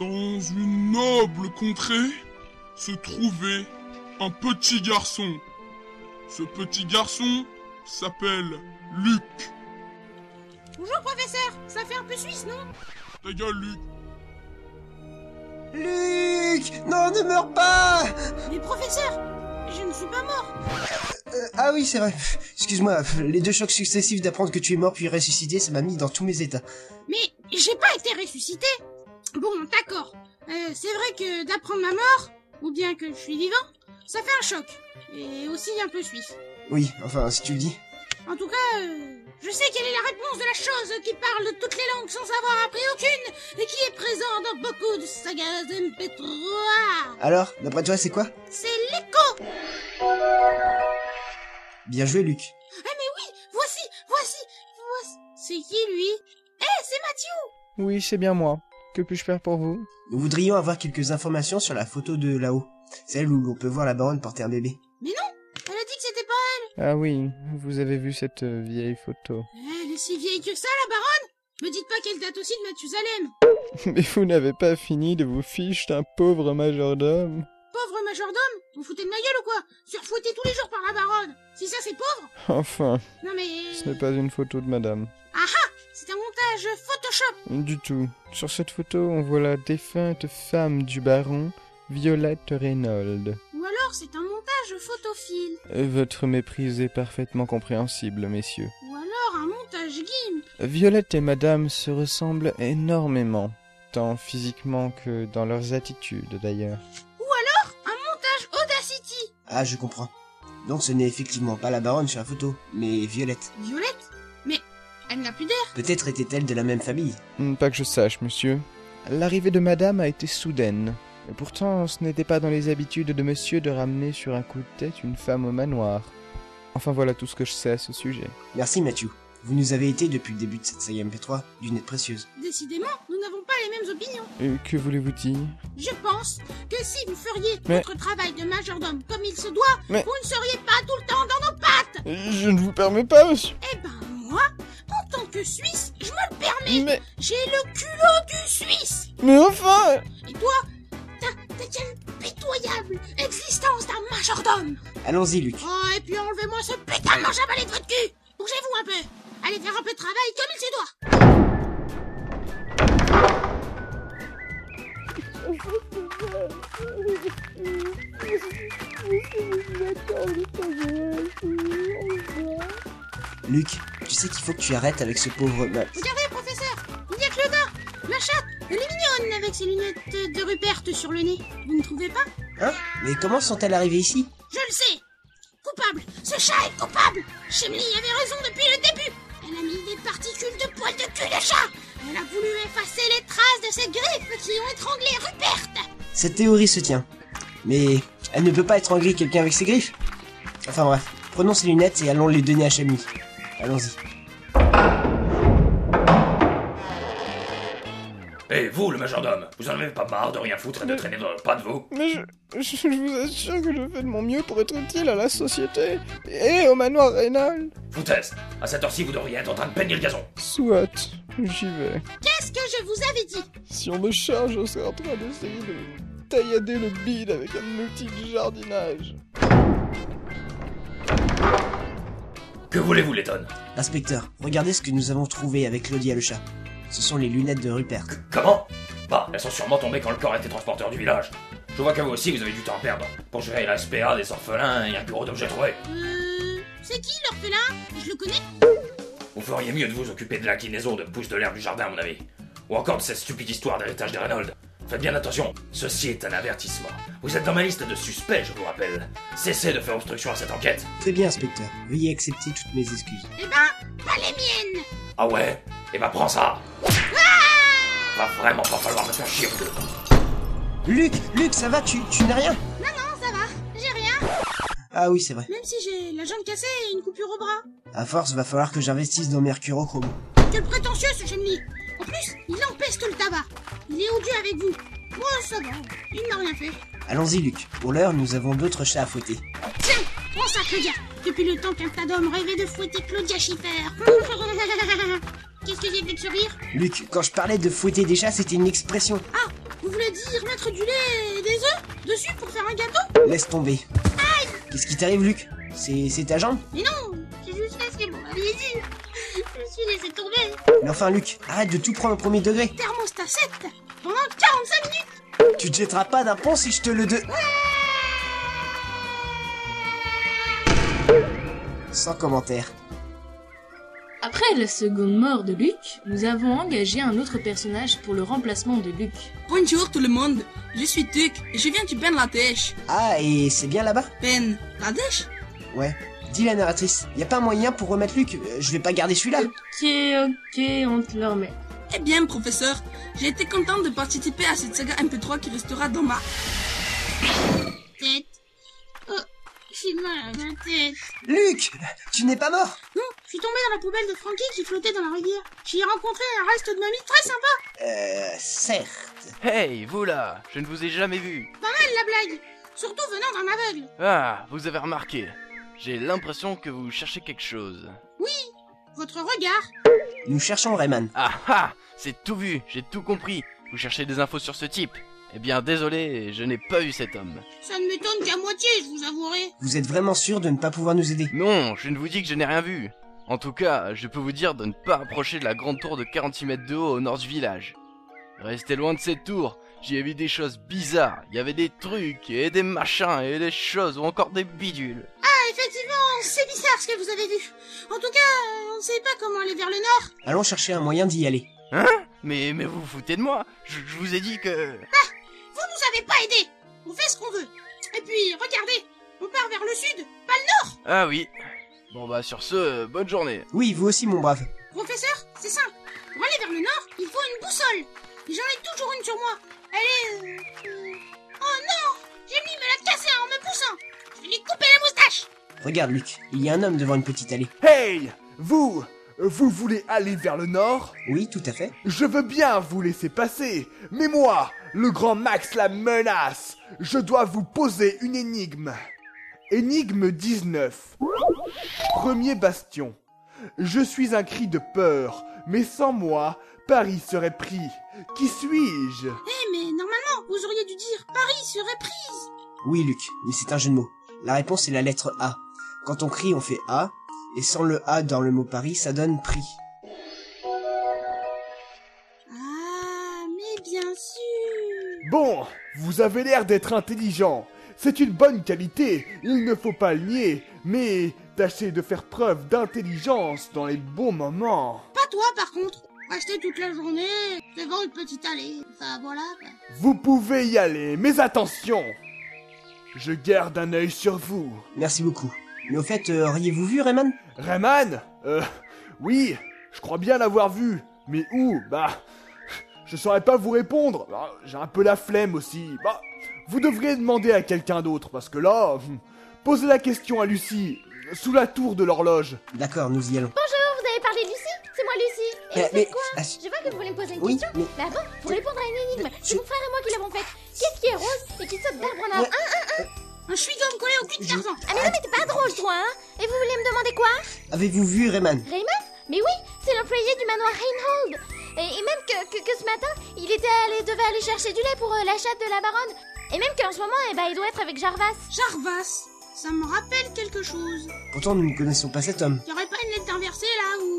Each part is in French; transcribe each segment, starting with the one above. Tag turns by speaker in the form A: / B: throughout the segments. A: Dans une noble contrée se trouvait un petit garçon. Ce petit garçon s'appelle Luc.
B: Bonjour professeur, ça fait un peu suisse, non
A: Ta gueule, Luc.
C: Luc Non, ne meurs pas
B: Mais professeur, je ne suis pas mort.
C: Euh, Ah oui, c'est vrai. Excuse-moi, les deux chocs successifs d'apprendre que tu es mort puis ressuscité, ça m'a mis dans tous mes états.
B: Mais j'ai pas été ressuscité. Bon, d'accord. Euh, c'est vrai que d'apprendre ma mort, ou bien que je suis vivant, ça fait un choc. Et aussi un peu suisse.
C: Oui, enfin, si tu le dis.
B: En tout cas, euh, je sais quelle est la réponse de la chose qui parle toutes les langues sans avoir appris aucune et qui est présente dans beaucoup de sagas MP3.
C: Alors, d'après toi, c'est quoi
B: C'est l'écho.
C: Bien joué, Luc.
B: Voici, voici, voici. C'est qui lui Eh, c'est Mathieu.
D: Oui, c'est bien moi. Que puis-je faire pour vous
C: Nous voudrions avoir quelques informations sur la photo de là-haut. Celle où l'on peut voir la baronne porter un bébé.
B: Elle a dit que c'était pas.
D: Ah oui, vous avez vu cette euh, vieille photo.
B: Eh, Elle est si vieille que ça, la baronne. Me dites pas qu'elle date aussi de Mathusalem.
D: Mais vous n'avez pas fini de vous fiche d'un pauvre majordome.
B: Pauvre majordome, vous foutez de ma gueule ou quoi Surfouetté tous les jours par la baronne Si ça c'est pauvre
D: Enfin,
B: Non mais...
D: ce n'est pas une photo de madame.
B: Ah ah C'est un montage Photoshop
D: Du tout. Sur cette photo, on voit la défunte femme du baron, Violette Reynolds.
B: Ou alors c'est un montage photophile
D: Euh, Votre mépris est parfaitement compréhensible, messieurs.
B: Ou alors un montage GIMP
D: Violette et madame se ressemblent énormément, tant physiquement que dans leurs attitudes d'ailleurs.
B: Un montage Audacity
C: Ah, je comprends. Donc ce n'est effectivement pas la baronne sur la photo, mais Violette.
B: Violette Mais elle n'a plus d'air
C: Peut-être était-elle de la même famille.
D: Hmm, Pas que je sache, monsieur. L'arrivée de madame a été soudaine. Et pourtant, ce n'était pas dans les habitudes de monsieur de ramener sur un coup de tête une femme au manoir. Enfin voilà tout ce que je sais à ce sujet.
C: Merci, Mathieu. Vous nous avez été depuis le début de cette saga MP3 d'une aide précieuse.
B: Décidément, nous n'avons pas les mêmes opinions
D: Euh, que voulez-vous dire
B: Je pense que si vous feriez
D: Mais-
B: votre travail de majordome comme il se doit,
D: Mais-
B: vous ne seriez pas tout le temps dans nos pattes
D: Euh, Je ne vous permets pas, monsieur.
B: Eh ben moi, en tant que Suisse, je me le permets
D: Mais,
B: J'ai le culot du Suisse
D: mais enfin
B: Et toi, t'as t'as quelle pitoyable existence d'un majordome
C: Allons-y, Luc.
B: Oh, et puis enlevez-moi ce putain de manche à balai de votre cul Bougez-vous un peu Allez faire un peu de travail comme il se doit
C: Luc, tu sais qu'il faut que tu arrêtes avec ce pauvre... Bah, ma-
B: Regardez, professeur Il n'y a que le gars La chatte Elle est mignonne avec ses lunettes de Rupert sur le nez. Vous ne trouvez pas
C: Hein Mais comment sont-elles arrivées ici
B: Je le sais Coupable Ce chat est coupable Chemly avait raison depuis le début Elle a mis des particules de poils de cul de chat Elle a voulu effacer les traces de ses griffes qui ont étranglé Rupert
C: Cette théorie se tient. Mais elle ne peut pas étrangler quelqu'un avec ses griffes. Enfin bref, prenons ses lunettes et allons les donner à Chami. Allons-y.
E: Eh vous, le majordome, vous en avez pas marre de rien foutre et de traîner dans le pas de vous
D: Mais je, je- je vous assure que je fais de mon mieux pour être utile à la société et au manoir Reynolds.
E: Foutaise À cette heure-ci, vous devriez être en train de peigner le gazon
D: Soit, j'y vais.
B: Qu'est-ce que je vous avais dit
D: Si on me charge, on sera en train d'essayer de me taillader le bide avec un outil de jardinage.
E: Que voulez-vous, l'étonne
C: Inspecteur, regardez ce que nous avons trouvé avec Claudia le chat. Ce sont les lunettes de Rupert.
E: Comment Bah, elles sont sûrement tombées quand le corps était transporteur du village. Je vois que vous aussi, vous avez du temps à perdre. Pour gérer la SPA des orphelins et un bureau d'objets troués,
B: Euh... C'est qui l'orphelin Je le connais
E: vous feriez mieux de vous occuper de l'inclinaison de pousse de l'herbe du jardin, à mon avis. Ou encore de cette stupide histoire d'héritage des Reynolds. Faites bien attention, ceci est un avertissement. Vous êtes dans ma liste de suspects, je vous rappelle. Cessez de faire obstruction à cette enquête.
C: Très bien, inspecteur. Veuillez accepter toutes mes excuses.
B: Eh ben, pas les miennes
E: Ah ouais Eh bah prends ça Va vraiment pas falloir me faire chier, vous deux.
C: Luc, Luc, ça va Tu, tu n'as rien
B: Ça va, j'ai rien.
C: Ah oui, c'est vrai.
B: Même si j'ai la jambe cassée et une coupure au bras.
C: À force, va falloir que j'investisse dans Mercurochrome.
B: Quel prétentieux ce Chemli En plus, il empeste le tabac. Il est odieux avec vous. Moi, ça va, il n'a rien fait.
C: Allons-y, Luc. Pour l'heure, nous avons d'autres chats à fouetter.
B: Tiens, prends ça, Claudia Depuis le temps qu'un tas d'hommes rêvait de fouetter Claudia Schiffer. Qu'est-ce que j'ai fait de sourire
C: Luc, quand je parlais de fouetter des chats, c'était une expression.
B: Ah, oui, Vous voulez dire mettre du lait et des œufs dessus pour faire un gâteau
C: Laisse tomber. Qu'est-ce qui t'arrive, Luc C'est c'est ta jambe
B: Mais non, c'est juste parce que mon m'avait dit. Je me suis laissé tomber.
C: Mais enfin, Luc, arrête de tout prendre au premier degré.
B: Thermostat 7 pendant 45 minutes.
C: Tu te jetteras pas d'un pont si je te le de... Sans commentaire.
F: Après la seconde mort de Luc, nous avons engagé un autre personnage pour le remplacement de Luc.
G: Bonjour tout le monde, je suis Tuc et je viens du Bangladesh.
C: Ah, et c'est bien là-bas
G: Ben, Ladesh
C: Ouais. Dis la narratrice, y a pas moyen pour remettre Luc Euh, Je vais pas garder celui-là.
F: Ok, ok, on te le remet.
G: Eh bien, professeur, j'ai été contente de participer à cette saga MP3 qui restera dans ma...
B: Tête. Oh, j'ai mal à la tête.
C: Luc Tu n'es pas mort
B: Non, je suis tombée dans la poubelle de Frankie qui flottait dans la rivière. J'y ai rencontré un reste de mamie très sympa.
C: Euh, certes.
H: Hey, vous là Je ne vous ai jamais vu.
B: Elle la blague. Surtout venant d'un aveugle.
H: Ah, vous avez remarqué. J'ai l'impression que vous cherchez quelque chose.
B: Votre regard.
C: Nous cherchons Rayman.
H: Ah ah C'est tout vu, j'ai tout compris. Vous cherchez des infos sur ce type Eh bien, désolé, je n'ai pas eu cet homme.
B: Ça ne m'étonne qu'à moitié, je vous avouerai.
C: Vous êtes vraiment sûr de ne pas pouvoir nous aider
H: Non, je ne vous dis que je n'ai rien vu. En tout cas, je peux vous dire de ne pas approcher de la grande tour de 46 mètres de haut au nord du village. Restez loin de cette tour, j'y ai vu des choses bizarres. Il y avait des trucs, et des machins, et des choses, ou encore des bidules.
B: Ah, effectivement, c'est bizarre ce que vous avez vu. En tout cas, euh, on ne sait pas comment aller vers le nord.
C: Allons chercher un moyen d'y aller.
H: Mais, mais vous vous foutez de moi je, je vous ai dit que...
B: Vous nous avez pas aidés. On fait ce qu'on veut. Et puis, regardez, on part vers le sud, pas le
H: Ah oui. Bon bah sur ce, euh, bonne journée.
C: Oui, vous aussi, mon brave.
B: nord. Professeur, c'est simple. Pour aller vers le nord, il faut une boussole. Et J'en ai toujours une sur moi. Elle est... euh, euh, Oh non Jimmy me l'a cassée en me poussant. Je lui ai coupé la moustache.
C: Regarde, Luc, il y a un homme devant une petite allée.
I: Hey Vous Vous voulez aller vers le nord
C: Oui, tout à fait.
I: Je veux bien vous laisser passer, mais moi, le grand Max la menace Je dois vous poser une énigme. Énigme 19. Premier bastion. Je suis un cri de peur, mais sans moi, Paris serait pris. Qui suis-je
B: Eh mais normalement, vous auriez dû dire Paris serait prise.
C: Oui, Luc, mais c'est un jeu de mots. La réponse est la lettre A. Quand on crie, on fait A, et sans le A dans le mot Paris, ça donne prix.
B: Ah, mais bien sûr.
I: Bon, vous avez l'air d'être intelligent. C'est une bonne qualité, il ne faut pas le nier, mais tâchez de faire preuve d'intelligence dans les bons moments.
B: Pas toi, par contre. Rester toute la journée devant une petite allée. Enfin, voilà. quoi.
I: Vous pouvez y aller, mais attention Je garde un œil sur vous.
C: Merci beaucoup. Mais au fait, euh, auriez-vous vu Rayman
I: Rayman Euh, oui, je crois bien l'avoir vu. Mais où Bah, je saurais pas vous répondre. Bah, J'ai un peu la flemme aussi. Bah, vous devriez demander à quelqu'un d'autre, parce que là, hum, posez la question à Lucie, sous la tour de l'horloge.
C: D'accord, nous y allons.
J: Bonjour, vous avez parlé de Lucie Oh, C'est moi Lucie. Et
C: Euh,
J: vous
C: mais-
J: faites quoi
C: ah, je-
J: Je vois que vous voulez me poser une
C: Oui,
J: question.
C: mais-
J: Mais avant, pour répondre à une énigme, c'est mon frère et moi qui l'avons faite. Qu'est-ce qui est rose et qui saute d'arbre en arbre
B: Un chewing-gum collé au cul de Tarzan.
J: Ah mais non mais t'es pas drôle toi, hein Et vous voulez me demander quoi
C: Avez-vous vu Rayman
J: Raymond Mais oui, c'est l'employé du manoir Reinhold. Et, et même que, que, que ce matin, il était allé, devait aller chercher du lait pour euh, la chatte de la baronne. Et même qu'en ce moment, eh ben, il doit être avec Jarvas.
B: Jarvas, ça me rappelle quelque chose.
C: Pourtant, nous ne connaissons pas cet homme.
B: Y aurait pas une lettre inversée là ou.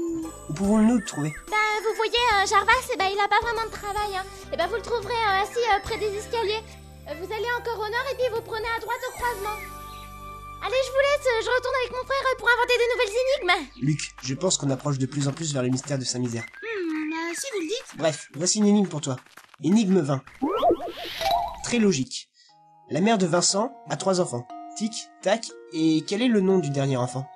C: Où pouvons-nous le trouver
J: Bah, vous voyez, euh, Jarvas, eh ben, il a pas vraiment de travail. Hein. Et ben, vous le trouverez euh, assis euh, près des escaliers. Euh, Vous allez encore au nord et puis vous prenez à droite au croisement. Allez, je vous laisse, euh, je retourne avec mon frère euh, pour inventer des nouvelles énigmes.
C: Luc, je pense qu'on approche de plus en plus vers le mystère de Saint-Misère.
B: Hmm, bah, si vous le dites.
C: Bref, voici une énigme pour toi. Énigme 20. Très logique. La mère de Vincent a trois enfants. Tic, tac, et quel est le nom du dernier enfant